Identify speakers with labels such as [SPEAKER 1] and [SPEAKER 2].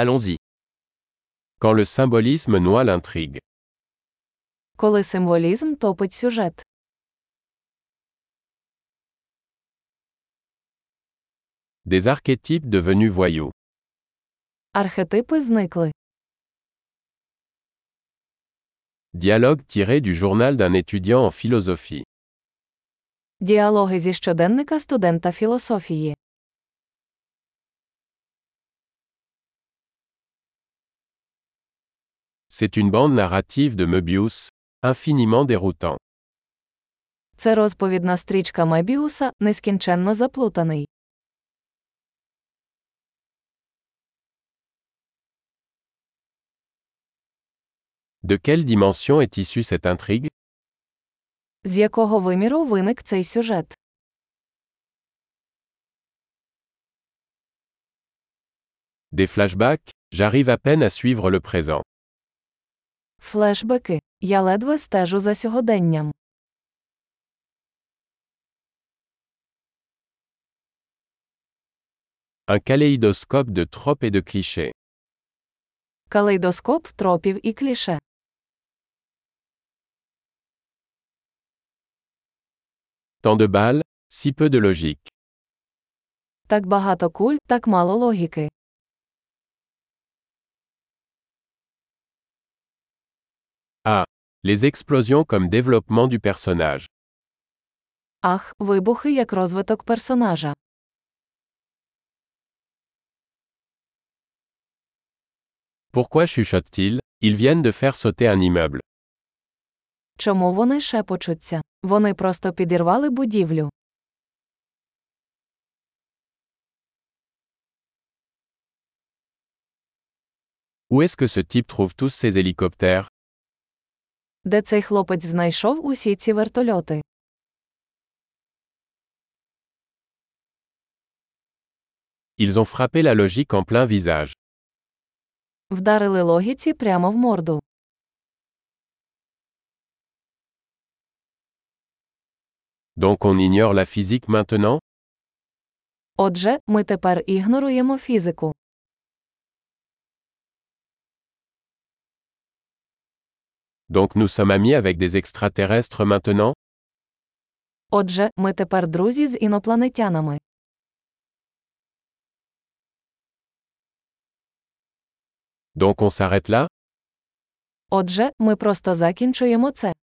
[SPEAKER 1] Allons-y. Quand le symbolisme noie l'intrigue.
[SPEAKER 2] Коли символізм топить сюжет.
[SPEAKER 1] Des archétypes devenus voyous.
[SPEAKER 2] Архетипи зникли.
[SPEAKER 1] Dialogue tiré du journal d'un étudiant en philosophie.
[SPEAKER 2] Діалоги зі щоденника студента філософії.
[SPEAKER 1] C'est une bande narrative de Möbius, infiniment déroutant.
[SPEAKER 2] Це розповідна стрічка Мебіуса, нескінченно заплутаний.
[SPEAKER 1] De quelle dimension est issue cette intrigue
[SPEAKER 2] З якого виміру виник цей сюжет?
[SPEAKER 1] Des flashbacks J'arrive à peine à suivre le présent.
[SPEAKER 2] Флешбеки. Я ледве стежу за сьогоденням.
[SPEAKER 1] Un kaléidoscope de tropes et de clichés.
[SPEAKER 2] Калейдоскоп тропів і кліше.
[SPEAKER 1] Tant de balles, si peu de logique.
[SPEAKER 2] Так багато куль, так мало логіки.
[SPEAKER 1] Les explosions comme développement du personnage.
[SPEAKER 2] Ах, вибухи як розвиток персонажа.
[SPEAKER 1] Pourquoi chuchotent-ils Ils viennent de faire sauter un immeuble.
[SPEAKER 2] Чому вони шепочуться? Вони просто підірвали будівлю.
[SPEAKER 1] Où est-ce que ce type trouve tous ces hélicoptères
[SPEAKER 2] Де цей хлопець знайшов усі ці вертольоти?
[SPEAKER 1] Ils ont frappé la logique en plein visage.
[SPEAKER 2] Вдарили логіці прямо в морду.
[SPEAKER 1] Donc on ignore la physique maintenant
[SPEAKER 2] Отже, ми тепер ігноруємо фізику.
[SPEAKER 1] Donc nous sommes amis avec des extraterrestres maintenant
[SPEAKER 2] Отже, ми тепер друзі з інопланетянами.
[SPEAKER 1] Donc on s'arrête là
[SPEAKER 2] Отже, ми просто закінчуємо це.